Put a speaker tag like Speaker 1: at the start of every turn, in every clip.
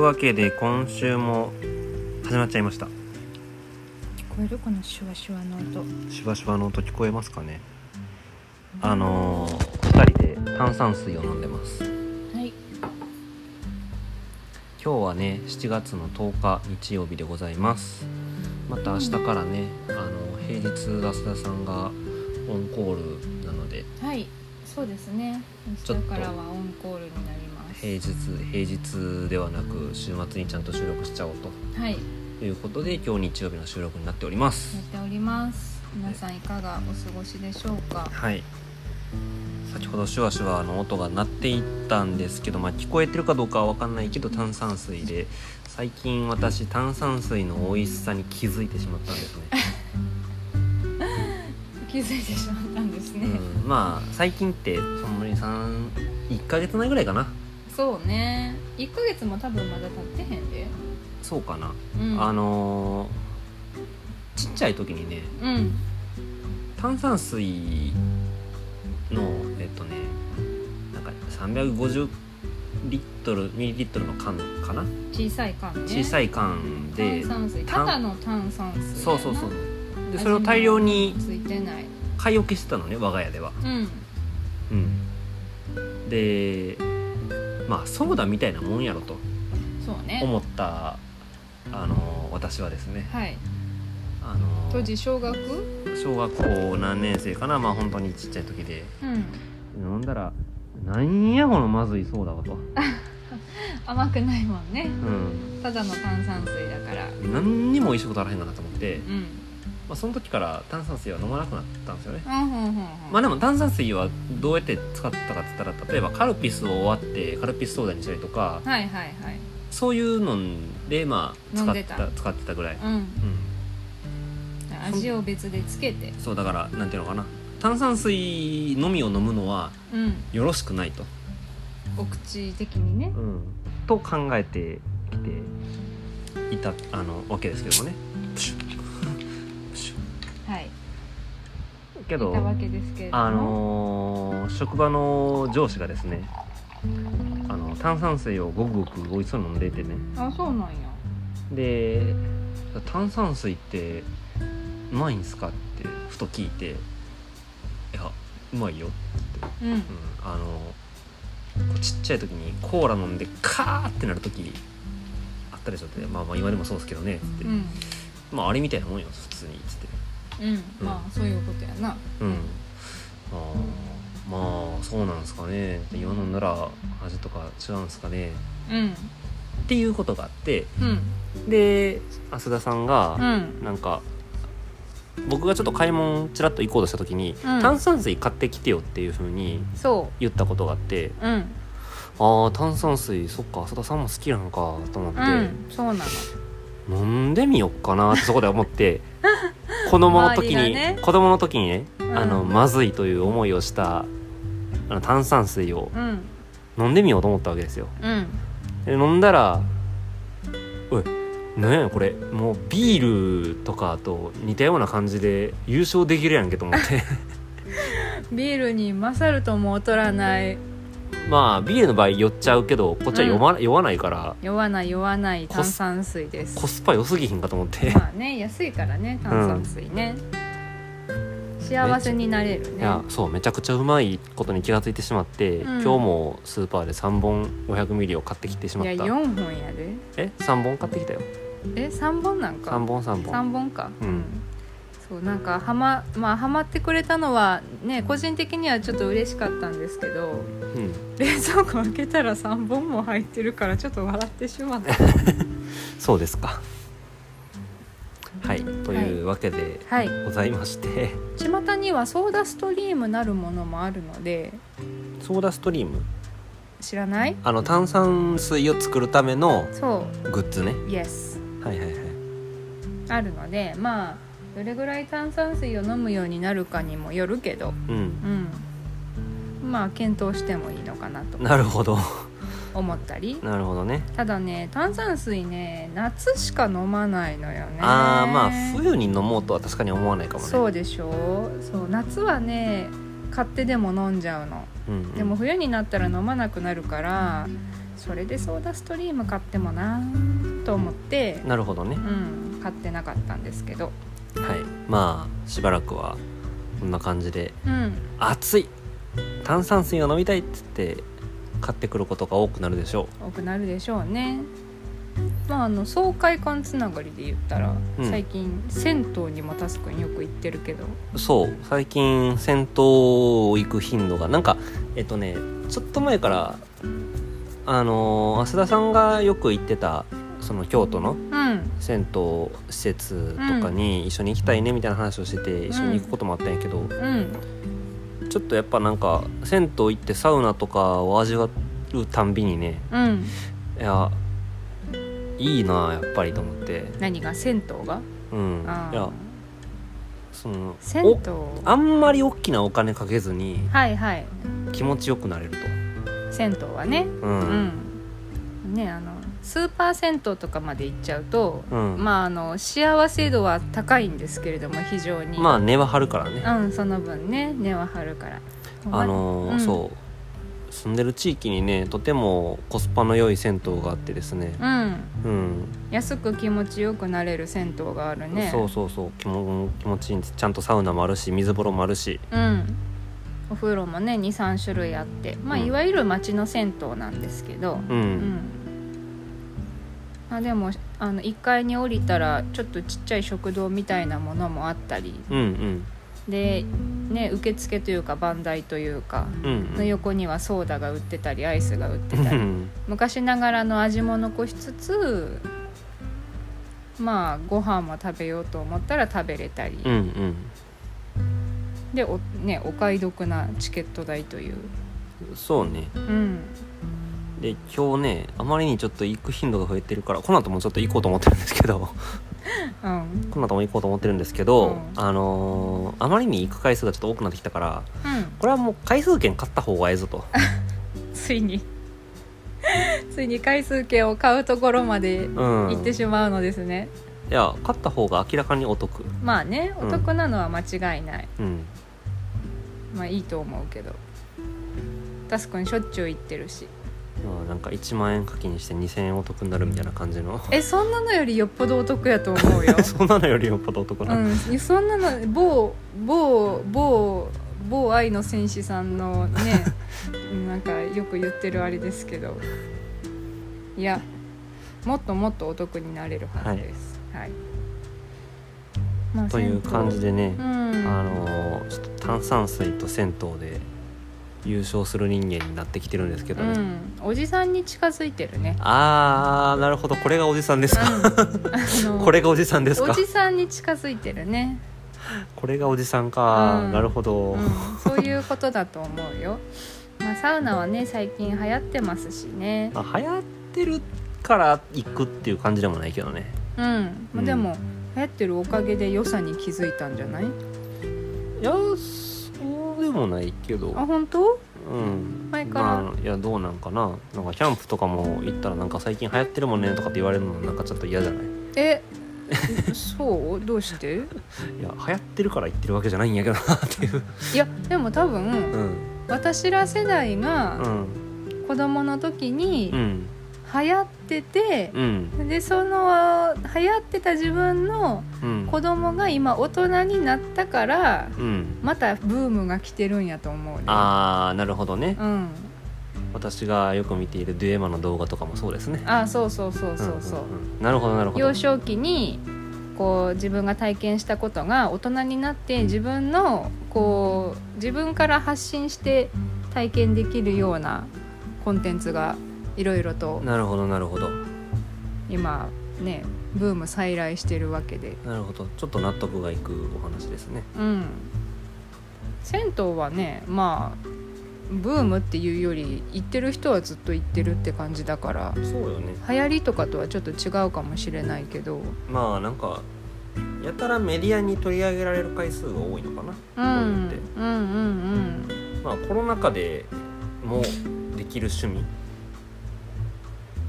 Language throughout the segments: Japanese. Speaker 1: わけで今週も始まっちゃいました
Speaker 2: 聞こえるこのシュワシュワの音
Speaker 1: しばしばの音聞こえますかねあのー、2人で炭酸水を飲んでます
Speaker 2: はい
Speaker 1: 今日はね7月の10日日曜日でございますまた明日からねあの平日増田さんがオンコールなので
Speaker 2: はいそうですね
Speaker 1: ちょ
Speaker 2: 明
Speaker 1: っ
Speaker 2: 日
Speaker 1: と
Speaker 2: からはオンコールになります
Speaker 1: 平日平日ではなく週末にちゃんと収録しちゃおう
Speaker 2: はいやっ
Speaker 1: ということで今日日曜日の収録になっております
Speaker 2: ております皆さんいかがお過ごしでしょうか
Speaker 1: はい先ほどシュワシュワの音が鳴っていったんですけど、まあ、聞こえてるかどうかは分かんないけど炭酸水で最近私炭酸水の美味しさに気づいてしまったん ですね、
Speaker 2: 気づいてしまったんですね、
Speaker 1: うん、まあ最近ってそんなに31ヶ月前ぐらいかな
Speaker 2: そうね1ヶ月も多分まだ経ってへんで
Speaker 1: そうかな、
Speaker 2: うん
Speaker 1: あのーちっちゃい時にね
Speaker 2: うん
Speaker 1: 炭酸水のえっとねなんか350リットルミリリットルの缶かな
Speaker 2: 小さい缶ね
Speaker 1: 小さい缶で
Speaker 2: 炭酸水ただの炭酸水やな
Speaker 1: そうそうそうで
Speaker 2: 味
Speaker 1: それを大量に
Speaker 2: もついてない
Speaker 1: 買い置きしてたのね我が家では、
Speaker 2: うん
Speaker 1: うん、でまあソーダみたいなもんやろと
Speaker 2: そうね
Speaker 1: 思ったあの私はですね
Speaker 2: はい
Speaker 1: あの
Speaker 2: 当時小学
Speaker 1: 小学校何年生かなまあ本当にちっちゃい時で
Speaker 2: うん
Speaker 1: 飲んだら「なんやこのまずいソーダは」 と、
Speaker 2: 甘くないもんね
Speaker 1: う
Speaker 2: ただの炭酸水だから
Speaker 1: ん、何にもいい仕事あらへんかなと思って、
Speaker 2: うん
Speaker 1: まあ、その時から炭酸水は飲まなくなったんですよね
Speaker 2: うんうんうんうん
Speaker 1: まあでも炭酸水はどうやって使ったかって言ったら例えばカルピスを割ってカルピスソーダにしたりとか
Speaker 2: はいはいはい
Speaker 1: そういうのでまあ使
Speaker 2: 飲ん
Speaker 1: っ
Speaker 2: で
Speaker 1: て
Speaker 2: た
Speaker 1: た使ってたぐらい、
Speaker 2: うん
Speaker 1: う
Speaker 2: 味を別でつけて
Speaker 1: ん、そうだからなんていうのかな炭酸水のみを飲むのは
Speaker 2: うん
Speaker 1: よろしくないと、
Speaker 2: お口的にね
Speaker 1: と考えてきていたあのわけですけどもねプシュプシ
Speaker 2: はいい
Speaker 1: ュけ
Speaker 2: た
Speaker 1: ど
Speaker 2: わけですけれども
Speaker 1: あのー職場の上司がですねあの炭酸水をごくごくおいしそうに飲んでいてね
Speaker 2: あそうなんや
Speaker 1: で「炭酸水ってうまいんすか?」ってふと聞いて「いやうまいよ」
Speaker 2: うん
Speaker 1: うん、あのこうちっちゃい時にコーラ飲んでカーってなる時あったでしょって「まあまあ今でもそうですけどね」っつって、
Speaker 2: うん
Speaker 1: まああれみたいなもんよ普通に」っつって
Speaker 2: うんまあそういうことやな
Speaker 1: うん、あーまあそうなんですかね今飲んだら味とか違うんですかね
Speaker 2: うん
Speaker 1: っていうことがあって
Speaker 2: うん
Speaker 1: で浅田さん
Speaker 2: う
Speaker 1: が
Speaker 2: ん
Speaker 1: なんか僕がちょっと買い物ちらっと行こうとした時に、
Speaker 2: うん
Speaker 1: 炭酸水買ってきてよっていうふうに
Speaker 2: そ
Speaker 1: 言ったことがあって
Speaker 2: ううん
Speaker 1: ああ炭酸水そっか浅田さんも好きなのかと思って、
Speaker 2: うんそうなの
Speaker 1: 飲んでみよっかなってそこで思って 子供の時
Speaker 2: 周
Speaker 1: に、
Speaker 2: りがね
Speaker 1: 子供の時にね、
Speaker 2: うん
Speaker 1: あのまずいという思いをしたあの炭酸水を
Speaker 2: うん
Speaker 1: 飲んでみようと思ったわけですよ
Speaker 2: うん
Speaker 1: で飲んだら「おい何やねんこれもうビールとかと似たような感じで優勝できるやんけ」と思って
Speaker 2: ビールに勝るとも劣らない
Speaker 1: まあビールの場合酔っちゃうけどこっちは酔わ,、酔わないから
Speaker 2: 酔わない酔わない炭酸水です
Speaker 1: コスパ良すぎひんかと思って、
Speaker 2: まあね安いからね炭酸水ね、幸せになれる
Speaker 1: い
Speaker 2: ね
Speaker 1: やそうめちゃくちゃうまいことに気がついてしまって、
Speaker 2: う
Speaker 1: 今
Speaker 2: ん
Speaker 1: 日もスーパーで3本500ミリを買ってきてしま
Speaker 2: いや
Speaker 1: った
Speaker 2: 4本やで
Speaker 1: え3本買ってきたよ
Speaker 2: え三3本なんか
Speaker 1: 3本3本
Speaker 2: 三本か
Speaker 1: うん
Speaker 2: そうなんかはままあハマってくれたのはね個人的にはちょっと嬉しかったんですけど
Speaker 1: うん、
Speaker 2: 冷蔵庫開けたら3本も入ってるからちょっと笑ってしまった
Speaker 1: そうですかはいというわけで
Speaker 2: はい
Speaker 1: ございまして、
Speaker 2: 巷にはソーダストリームなるものもあるので
Speaker 1: ソーダストリーム
Speaker 2: 知らない
Speaker 1: あの炭酸水を作るための
Speaker 2: そ
Speaker 1: グッズね
Speaker 2: うイエス
Speaker 1: はいはいはい
Speaker 2: あるのでまあどれぐらい炭酸水を飲むようになるかにもよるけど
Speaker 1: うん
Speaker 2: うん、まあ検討してもいいのかなと
Speaker 1: なるほど
Speaker 2: 思ったり
Speaker 1: なるほどね
Speaker 2: ただね炭酸水ね夏しか飲まないのよね
Speaker 1: ああまあ冬に飲もうとは確かに思わないかもね
Speaker 2: そうでしょそう夏はね買ってでも飲んじゃうの
Speaker 1: うんうん
Speaker 2: でも冬になったら飲まなくなるからそれでソーダストリーム買ってもなと思って、
Speaker 1: なるほどね
Speaker 2: うん、買ってなかったんですけど、
Speaker 1: はいまあしばらくはこんな感じで
Speaker 2: うん、
Speaker 1: 暑い炭酸水が飲みたいっつって買ってくることが多くなるでしょ
Speaker 2: 多くなるでしょうね。まあ、あの爽快感つながりで言ったら、
Speaker 1: うん
Speaker 2: 最近銭湯にもタスくんよく行ってるけど
Speaker 1: うそう最近銭湯行く頻度がなんかえっとねちょっと前からあのー、浅田さんがよく行ってたその京都の
Speaker 2: うん
Speaker 1: 銭湯施設とかに一緒に行きたいねみたいな話をしてて一緒に行くこともあったんやけど、
Speaker 2: うん
Speaker 1: ちょっとやっぱなんか銭湯行ってサウナとかを味わうたんびにね
Speaker 2: うん
Speaker 1: いやいいなやっぱりと思って
Speaker 2: 何が銭湯が
Speaker 1: うん
Speaker 2: あ
Speaker 1: い
Speaker 2: ー
Speaker 1: やその
Speaker 2: 銭
Speaker 1: お
Speaker 2: 湯
Speaker 1: あんまり大きなお金かけずに
Speaker 2: はいはい
Speaker 1: 気持ちよくなれる
Speaker 2: 銭湯はね
Speaker 1: とうん
Speaker 2: う、んねあのスーパー銭湯とかまで行っちゃうと、
Speaker 1: うん
Speaker 2: まああの幸せ度は高いんですけれども非常に
Speaker 1: まあ根は張るからね
Speaker 2: うんその分ね根は張るから
Speaker 1: あのー
Speaker 2: うん
Speaker 1: そう住んでる地域にねとてもコスパの良い銭湯があってですね
Speaker 2: うん
Speaker 1: うん
Speaker 2: 安く気持ちよくなれる銭湯があるね
Speaker 1: そうそうそう気も気持ちいいんですちゃんとサウナもあるし水風呂もあるし
Speaker 2: うんお風呂もね23種類あってまあ、
Speaker 1: うん
Speaker 2: いわゆる町の銭湯なんですけど
Speaker 1: うん、
Speaker 2: うんまあ、でもあの1階に降りたらちょっとちっちゃい食堂みたいなものもあったり
Speaker 1: うんうん
Speaker 2: で、ね、受付というか番台というか
Speaker 1: うんう
Speaker 2: の
Speaker 1: ん
Speaker 2: 横にはソーダが売ってたりアイスが売って
Speaker 1: う
Speaker 2: た り
Speaker 1: ん
Speaker 2: 昔ながらの味も残しつつまあご飯も食べようと思ったら食べれたり、
Speaker 1: うんうん
Speaker 2: でお,、ね、お買い得なチケット代という、
Speaker 1: そうね
Speaker 2: うん、
Speaker 1: で今日ねあまりにちょっと行く頻度が増えてるからこの後もちょっと行こうと思ってるんですけど
Speaker 2: うん
Speaker 1: この後も行こうと思ってるんですけど、
Speaker 2: うん
Speaker 1: あのーあまりに行く回数がちょっと多くなってきたから
Speaker 2: うん
Speaker 1: これはもう回数券買った方がええぞ と
Speaker 2: ついに ついに回数券を買うところまで
Speaker 1: うん
Speaker 2: 行ってしまうのですね、
Speaker 1: いや買った方が明らかにお得
Speaker 2: まあね
Speaker 1: う
Speaker 2: お
Speaker 1: ん
Speaker 2: 得なのは間違いない、
Speaker 1: うん
Speaker 2: まあいいと思うけどタスくんしょっちゅう行ってるし
Speaker 1: まあなんか1万円課金して2000円お得になるみたいな感じの
Speaker 2: えそんなのよりよっぽどお得やと思 うよ
Speaker 1: そんなのよりよっぽどお得な、
Speaker 2: うん、そんなの某某某某愛の戦士さん のねなんかよく言ってるあれですけどいやもっともっとお得になれるはずです、はいまあ
Speaker 1: という感じでね、
Speaker 2: 銭湯
Speaker 1: あのーちょっと炭酸水と銭湯で優勝する人間になってきてるんですけ
Speaker 2: う
Speaker 1: ど
Speaker 2: ん、
Speaker 1: ね、
Speaker 2: うん、おじさんに近づいてる ね
Speaker 1: あーなるほどこれがおじさんですか、
Speaker 2: うん
Speaker 1: これがおじさんです
Speaker 2: お
Speaker 1: か
Speaker 2: じさんに近づいてるね、
Speaker 1: これがおじさんか、
Speaker 2: うん
Speaker 1: なるほど、
Speaker 2: うん、そういうことだと思うよ、まあ、サウナはね最近流行ってますしね
Speaker 1: まあ、流行ってるから行くっていう感じでもないけどね
Speaker 2: うん、ま
Speaker 1: う
Speaker 2: あ、
Speaker 1: ん
Speaker 2: でも流行ってるおかげで良さに気づいたんじゃない
Speaker 1: いやそうでもないけど
Speaker 2: あ本当
Speaker 1: うん
Speaker 2: 前から、
Speaker 1: まあいやどうなんかななんかキャンプとかも行ったらなんか最近流行ってるもんねとかって言われるのなんかちょっと嫌じゃない
Speaker 2: えそう どうして
Speaker 1: いや流行ってるから行ってるわけじゃないんやけどなって いう
Speaker 2: いやでも多
Speaker 1: う
Speaker 2: 分
Speaker 1: ん
Speaker 2: 私ら世代
Speaker 1: う
Speaker 2: が
Speaker 1: ん
Speaker 2: 子供の時
Speaker 1: う
Speaker 2: に
Speaker 1: ん
Speaker 2: 流行ってて
Speaker 1: う、ん
Speaker 2: でその流行ってた自分の
Speaker 1: うん
Speaker 2: 子供が今大人になったから
Speaker 1: うん
Speaker 2: またブームが来てるんやと思うね
Speaker 1: ああなるほどね
Speaker 2: うん
Speaker 1: 私がよく見ているデュエマの動画とかもそうですね
Speaker 2: あそうそうそうそうそう、
Speaker 1: んんんなるほどなるほど
Speaker 2: 幼少期にこう自分が体験したことが大人になって自分のこう自分から発信して体験できるようなコンテンツがいろいろと
Speaker 1: なるほどなるほど
Speaker 2: 今ねブーム再来してるわけで、
Speaker 1: なるほどちょっと納得がいくお話ですね
Speaker 2: うん、銭湯はねまあブームっていうより行ってる人はずっと行ってるって感じだから
Speaker 1: そうよね
Speaker 2: 流行りとかとはちょっと違うかもしれないけど、
Speaker 1: まあなんかやたらメディアに取り上げられる回数が多いのかな
Speaker 2: うん、うんうんうん
Speaker 1: まあ、コロナ禍でもできる趣味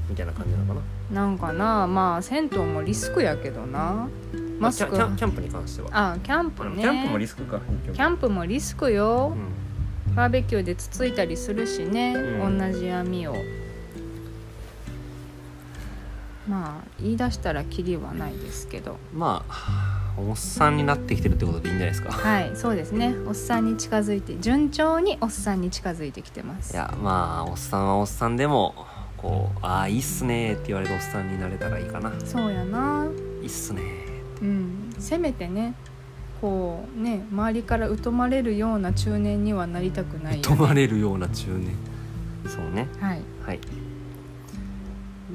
Speaker 1: みたいな感じなのかな、
Speaker 2: なんかなまあ銭湯もリスクやけどなマス
Speaker 1: キャ
Speaker 2: ク
Speaker 1: キャンキャンプに関しては
Speaker 2: あキャンプね
Speaker 1: キャンプもリスクか
Speaker 2: キャンプもリスクよ
Speaker 1: う、ん
Speaker 2: バーベキューでつついたりするしね、
Speaker 1: うん
Speaker 2: 同じ網をまあ言い出したらキリはないですけど
Speaker 1: まあおっさんになってきてるってことでいいんじゃないですか
Speaker 2: はいそうですねおっさんに近づいて順調におっさんに近づいてきてます
Speaker 1: いやまあおっさんはおっさんでもこう「ああいいっすね」って言われるおっさんになれたらいいかな
Speaker 2: そうやない
Speaker 1: いっすね
Speaker 2: うんせめてねこうね周りから疎まれるような中年にはなりたくないよ
Speaker 1: 止まれるような中年そうね
Speaker 2: はい
Speaker 1: はい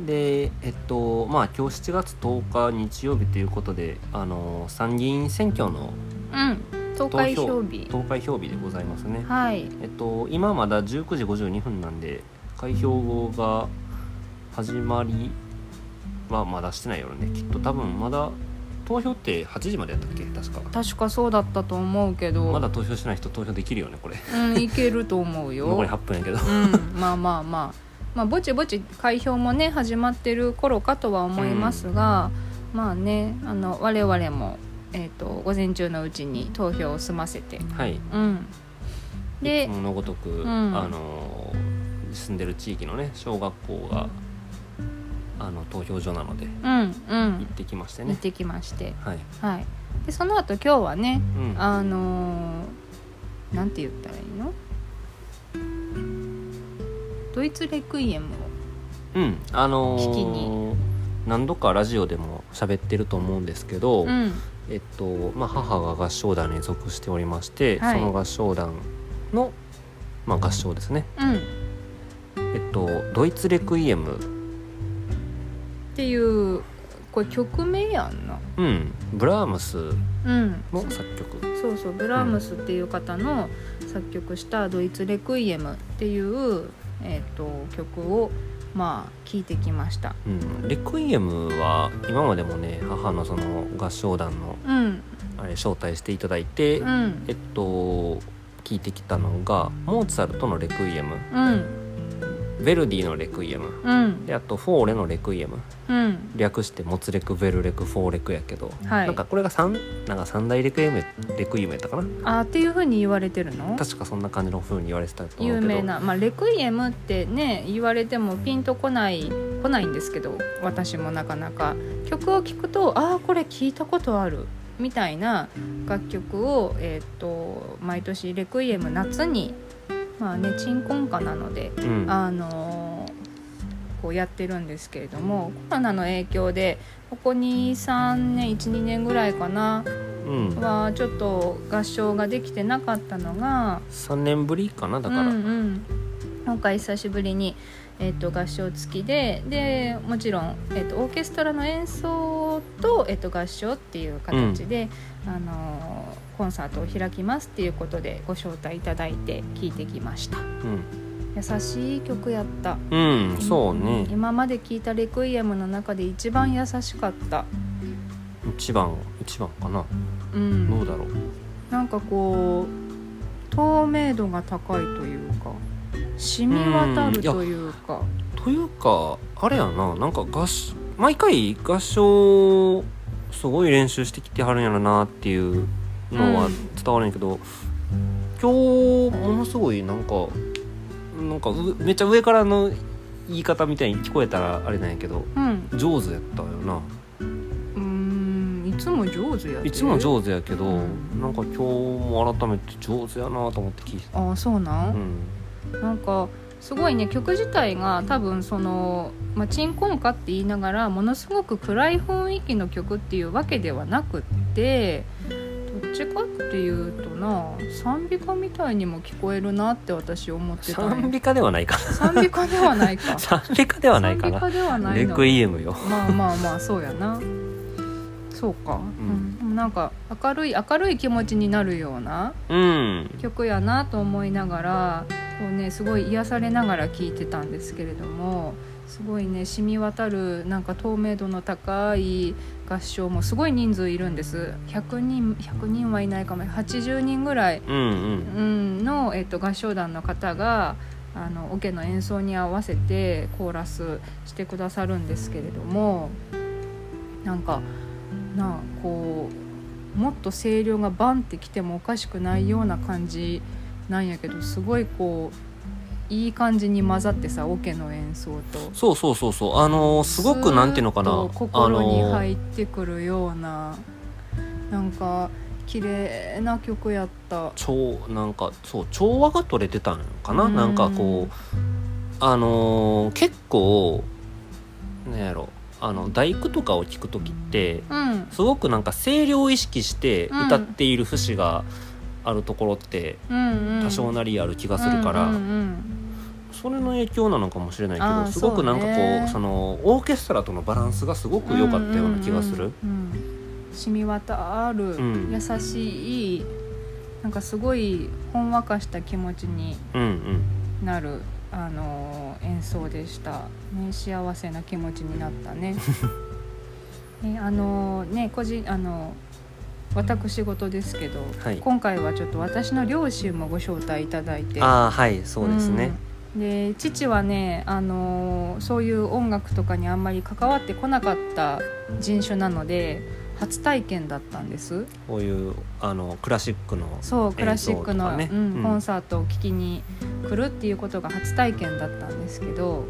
Speaker 1: でえっとまあ今日7月10日日曜日ということであの参議院選挙の
Speaker 2: うん投
Speaker 1: 投
Speaker 2: 開
Speaker 1: 票
Speaker 2: 票日
Speaker 1: 投開票日でございますね
Speaker 2: はい
Speaker 1: えっと今まだ19時52分なんで開票後が始まりはまだしてないよねきっと多分まだ投票って8時までやったっけ確か
Speaker 2: 確かそうだったと思うけど
Speaker 1: まだ投票してない人投票できるよねこれ
Speaker 2: うんいけると思うよ
Speaker 1: 残り8分やけど
Speaker 2: うん、まあまあまあまあぼちぼち開票もね始まってる頃かとは思いますが、まあねあの我々も、えー、と午前中のうちに投票を済ませて、
Speaker 1: はい
Speaker 2: うん、
Speaker 1: い
Speaker 2: で
Speaker 1: つものごとく、
Speaker 2: ん
Speaker 1: あの住んでる地域のね小学校があの投票所なので
Speaker 2: うんう
Speaker 1: 行っ
Speaker 2: ん
Speaker 1: てきまして
Speaker 2: 行っ
Speaker 1: ね、
Speaker 2: てきまして、
Speaker 1: はい、
Speaker 2: はい、でその後今日はね
Speaker 1: うん、
Speaker 2: あのーなんて言ったらいいのドイツレクイエムを
Speaker 1: うん、あのー
Speaker 2: 聞きに
Speaker 1: 何度かラジオでも喋ってると思うんですけど、
Speaker 2: うん
Speaker 1: えっとまあ、母が合唱団に属しておりまして、
Speaker 2: はい
Speaker 1: その合唱団の、まあ、合唱ですね、
Speaker 2: うんっ
Speaker 1: えっと、ドイツレクイエム、
Speaker 2: ていうこれ曲名やんな
Speaker 1: うん、ブラームス
Speaker 2: うん
Speaker 1: の作曲
Speaker 2: そうそうブラームスっていう方の作曲した「ドイツ・レクイエム」っていう、えー、と曲をまあ聴いてきました
Speaker 1: うん、レクイエムは今までもね母のその合唱団の
Speaker 2: うん
Speaker 1: あれ招待していただいて、
Speaker 2: うん
Speaker 1: えっと聞いてきたのがモーツァルトのレクイエム
Speaker 2: うん
Speaker 1: ヴェルディのレクイエム
Speaker 2: うん
Speaker 1: であとフォーレのレクイエム
Speaker 2: うん
Speaker 1: 略してモツレクヴェルレクフォーレクやけど、
Speaker 2: はい
Speaker 1: なんかこれが三なんか三大レクイエムレクイエムやったかな
Speaker 2: あっていうふうに言われてるの
Speaker 1: 確かそんな感じの風に言われてたと思う
Speaker 2: 有
Speaker 1: けど
Speaker 2: 名な、まあ、レクイエムってね言われてもピンとこない来ないんですけど私もなかなか曲を聴くとああこれ聞いたことあるみたいな楽曲を、えー、と毎年レクイエム夏にまあね鎮魂歌なので、
Speaker 1: うん、
Speaker 2: あのーこうやってるんですけれどもコロナの影響でここ23年12年ぐらいかな
Speaker 1: うん、
Speaker 2: はちょっと合唱ができてなかったのが
Speaker 1: 三年ぶりかなだから、
Speaker 2: うんうん、今回久しぶりに、えー、と合唱付きででもちろん、えー、とオーケストラの演奏と,、えー、と合唱っていう形で、あのーコンサートを開きますっていうことでご招待いただいて聞いてきました優しい曲やった
Speaker 1: うん、うん、そうね
Speaker 2: ん今まで聞いた「レクイエム」の中で一番優しかった、
Speaker 1: 一番一番かな
Speaker 2: う
Speaker 1: ど
Speaker 2: ん、
Speaker 1: うだろう
Speaker 2: なんかこう透明度が高いというか染み渡るというか
Speaker 1: というかあれやななんか合唱毎回合唱すごい練習してきてはるんやろなっていうのは
Speaker 2: うん
Speaker 1: 伝わるんやけど、今日ものすごいなんかなんかうめっちゃ上からの言い方みたいに聞こえたらあれなんやけど
Speaker 2: うん
Speaker 1: 上手やったよな
Speaker 2: うーんいつも上手やってる
Speaker 1: いつも上手やけど、
Speaker 2: うん
Speaker 1: なんか今日も改めて上手やなと思って聞いてた、
Speaker 2: ああそうな、
Speaker 1: うんん
Speaker 2: なんかすごいね曲自体が多分その「まあ、鎮魂歌」って言いながらものすごく暗い雰囲気の曲っていうわけではなくってどっちかっていうとな賛美歌みたいにも聞こえるなって私思ってた
Speaker 1: 賛
Speaker 2: ね
Speaker 1: 美歌ではないか
Speaker 2: 賛美歌ではないか
Speaker 1: な 賛美歌ではない
Speaker 2: 賛美
Speaker 1: かな
Speaker 2: 歌ではない
Speaker 1: レ
Speaker 2: の
Speaker 1: クイエムよ
Speaker 2: まあまあまあそうやなそうか、うんでもなんか明るい明るい気持ちになるような
Speaker 1: うん
Speaker 2: 曲やなと思いながらこう、ね、すごい癒されながら聴いてたんですけれどもすごいね染み渡るなんか透明度の高い合唱もすごい人数いるんです100人100人はいないかも80人ぐらい、
Speaker 1: うんうん
Speaker 2: うん、の、えっと合唱団の方が。あのオケの演奏に合わせてコーラスしてくださるんですけれどもなんかなあこうもっと声量がバンってきてもおかしくないような感じなんやけどすごいこういい感じに混ざってさオケの演奏と
Speaker 1: そうそうそうそうあのーすごくなんていうのかな
Speaker 2: スーッと心に
Speaker 1: あの
Speaker 2: 入
Speaker 1: ー
Speaker 2: ってくるようななんか綺麗な曲やった
Speaker 1: 調なんかそう調和が取れてたんかな、
Speaker 2: うん
Speaker 1: なんかこうあのー結構なんやろあの大工とかを聞く時って
Speaker 2: うん
Speaker 1: すごくなんか声量を意識して
Speaker 2: うん
Speaker 1: 歌っている節があるところって
Speaker 2: うんうん
Speaker 1: 多少なりある気がするから、
Speaker 2: うんうん
Speaker 1: それの影響なのかもしれないけど
Speaker 2: あー
Speaker 1: すごくなんかこう
Speaker 2: そうね
Speaker 1: そのオーケストラとのバランスがすご
Speaker 2: う
Speaker 1: く
Speaker 2: ん
Speaker 1: 良かったような気がする。
Speaker 2: うんうんうん染み渡る、
Speaker 1: うん
Speaker 2: 優しいなんかすごいほんわかした気持ちに
Speaker 1: うん、うん
Speaker 2: なる、あのー演奏でした、ね、幸せな気持ちになった ねねあのーね個人あのー私事ですけど、
Speaker 1: はい
Speaker 2: 今回はちょっと私の両親もご招待いただいて
Speaker 1: ああはいそうですね、
Speaker 2: うんで父はね、あのーそういう音楽とかにあんまり関わってこなかった人種なので初体験だったんです
Speaker 1: こういうあのクラシックの
Speaker 2: そうクラシックの、
Speaker 1: 演奏とかね
Speaker 2: うん
Speaker 1: うん
Speaker 2: コンサートを聴きに来るっていうことが初体験だったんですけど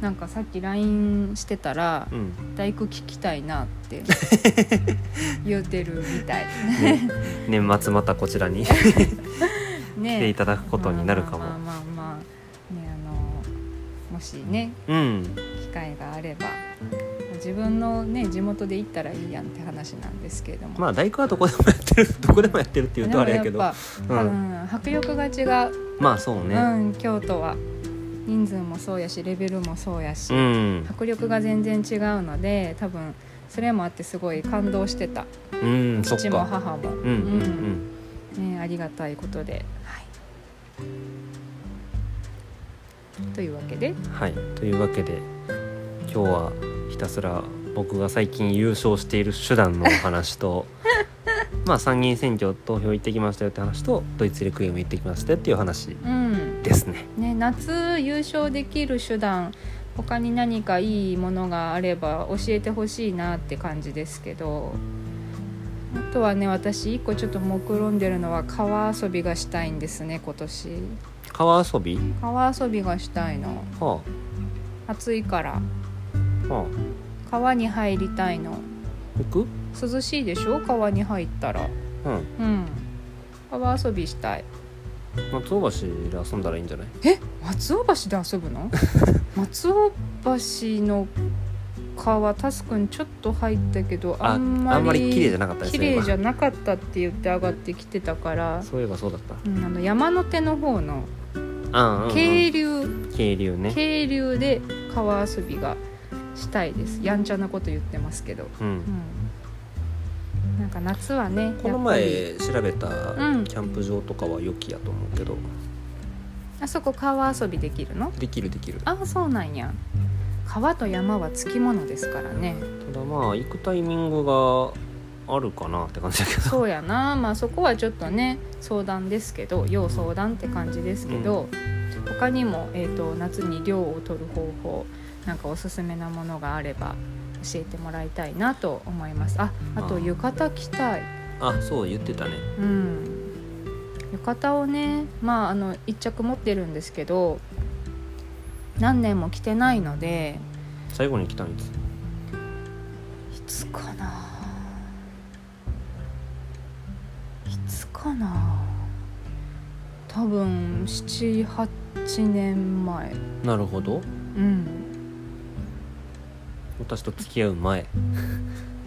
Speaker 2: なんかさっき LINE してたら
Speaker 1: うん
Speaker 2: 「大工聞きたいな」って言うてるみた い
Speaker 1: ね 年末またこちら に来
Speaker 2: ね
Speaker 1: ていただくことになるかも
Speaker 2: まあまあまあ、まあねあのもしね
Speaker 1: うん
Speaker 2: 機会があれば自分のね地元で行ったらいいやんって話なんですけれども、
Speaker 1: まあ大工はどこでもやってるどこでもやってるっていうとあれやけ
Speaker 2: で
Speaker 1: ど
Speaker 2: もやっ
Speaker 1: う、
Speaker 2: ぱ、うんん迫力が違う、
Speaker 1: まあそうね
Speaker 2: うん、京都は人数もそうやしレベルもそうやし、
Speaker 1: うん、
Speaker 2: 迫力が全然違うので多分それもあってすごい感動してた
Speaker 1: うんそっ
Speaker 2: 父も
Speaker 1: か
Speaker 2: 母も、
Speaker 1: うんうんうん
Speaker 2: うんね、ありがたいことで。はいというわけで、
Speaker 1: はいというわけで今日はひたすら僕が最近優勝している手段のお話と まあ参議院選挙投票行ってきましたよって話とドイツレクイエム行ってきましたよっていう話
Speaker 2: うん、
Speaker 1: ですね
Speaker 2: ね、夏優勝できる手段他に何かいいものがあれば教えてほしいなって感じですけどあとはね私一個ちょっと目論んでるのは川遊びがしたいんですね今年
Speaker 1: 川遊び
Speaker 2: 川遊びがしたいの
Speaker 1: は
Speaker 2: 暑いから
Speaker 1: あは
Speaker 2: 川に入りたいの
Speaker 1: あ行く
Speaker 2: 涼しいでしょ川に入ったら
Speaker 1: うん
Speaker 2: うん川遊びしたい
Speaker 1: 松尾橋で遊んだらいいんじゃない
Speaker 2: え松尾橋で遊 ぶの松尾橋の川タスくんちょっと入ったけどあんまり
Speaker 1: あんまり綺麗じゃなかったですね
Speaker 2: 綺麗じゃなかったって言って上がってきてたから、
Speaker 1: そういえばそうだった
Speaker 2: うん、あの山手の方の
Speaker 1: うんうんうん
Speaker 2: 渓流、
Speaker 1: 渓流ね
Speaker 2: 渓流で川遊びがしたいですやんちゃなこと言ってますけど、
Speaker 1: う
Speaker 2: うんん、なんか夏はね
Speaker 1: この
Speaker 2: やっぱり
Speaker 1: 前調べたキ
Speaker 2: ん
Speaker 1: ャンプ場とかは良きやと思うけど
Speaker 2: あそこ川遊びできるの
Speaker 1: できるできるた
Speaker 2: あそうなんや川と山はつきものですからね
Speaker 1: だまあ行くタイミングがあるかなって感じだけど
Speaker 2: そうやなまあそこはちょっとね相談ですけど要相談って感じですけど、他にも、えー、と夏に涼を取る方法なんかおすすめなものがあれば教えてもらいたいなと思いますああ
Speaker 1: あ
Speaker 2: と
Speaker 1: ー
Speaker 2: 浴衣着たい
Speaker 1: あそう言ってたね
Speaker 2: うん浴衣をねまああの一着持ってるんですけど何年も着てないので
Speaker 1: 最後に来たんです
Speaker 2: いつかな。いつかな。多分七八年前。
Speaker 1: なるほど
Speaker 2: うん。
Speaker 1: 私と付き合う前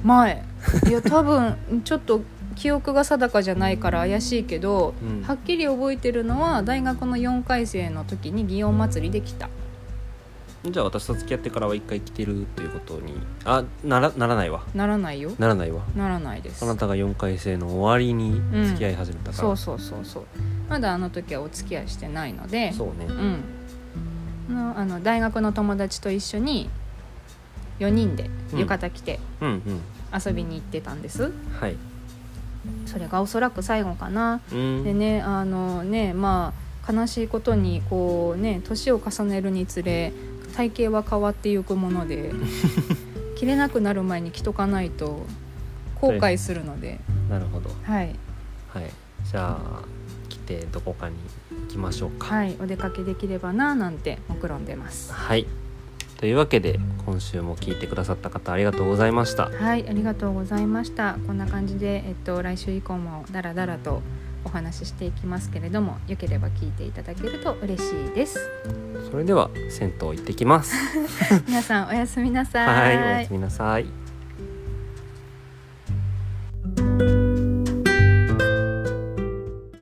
Speaker 2: 前。いや多分ちょっと記憶が定かじゃないから怪しいけど。
Speaker 1: うん
Speaker 2: はっきり覚えてるのは大学の4回生の時に祇園祭りで来た
Speaker 1: じゃあ私と付き合ってからは一回来てるということにあならならないわ
Speaker 2: ならないよ
Speaker 1: ならないわ
Speaker 2: ならないです
Speaker 1: あなたが4回生の終わりに付き合い始めたから、
Speaker 2: そうそうそうそうまだあの時はお付き合いしてないので
Speaker 1: そうね
Speaker 2: うん、のあの大学の友達と一緒に4人で浴衣着て
Speaker 1: うんうん
Speaker 2: 遊びに行ってたんです、
Speaker 1: はい
Speaker 2: それがおそらく最後かな
Speaker 1: うん
Speaker 2: でねあのねまあ悲しいことにこうね年を重ねるにつれ体型は変わっていくもの で着れなくなる前に着とかないと後悔するので、
Speaker 1: なるほど
Speaker 2: はい、
Speaker 1: はいじゃあきってどこかに行きましょうか
Speaker 2: はいお出かけできればななんて目論んでます
Speaker 1: はいというわけで今週も聞いてくださった方ありがとうございました
Speaker 2: はいありがとうございましたこんな感じでえっと来週以降もダラダラとお話ししていきますけれどもよければ聞いていただけると嬉しいです
Speaker 1: それでは銭湯行ってきます
Speaker 2: 皆さんおやすみなさ
Speaker 1: はいおやすみなさい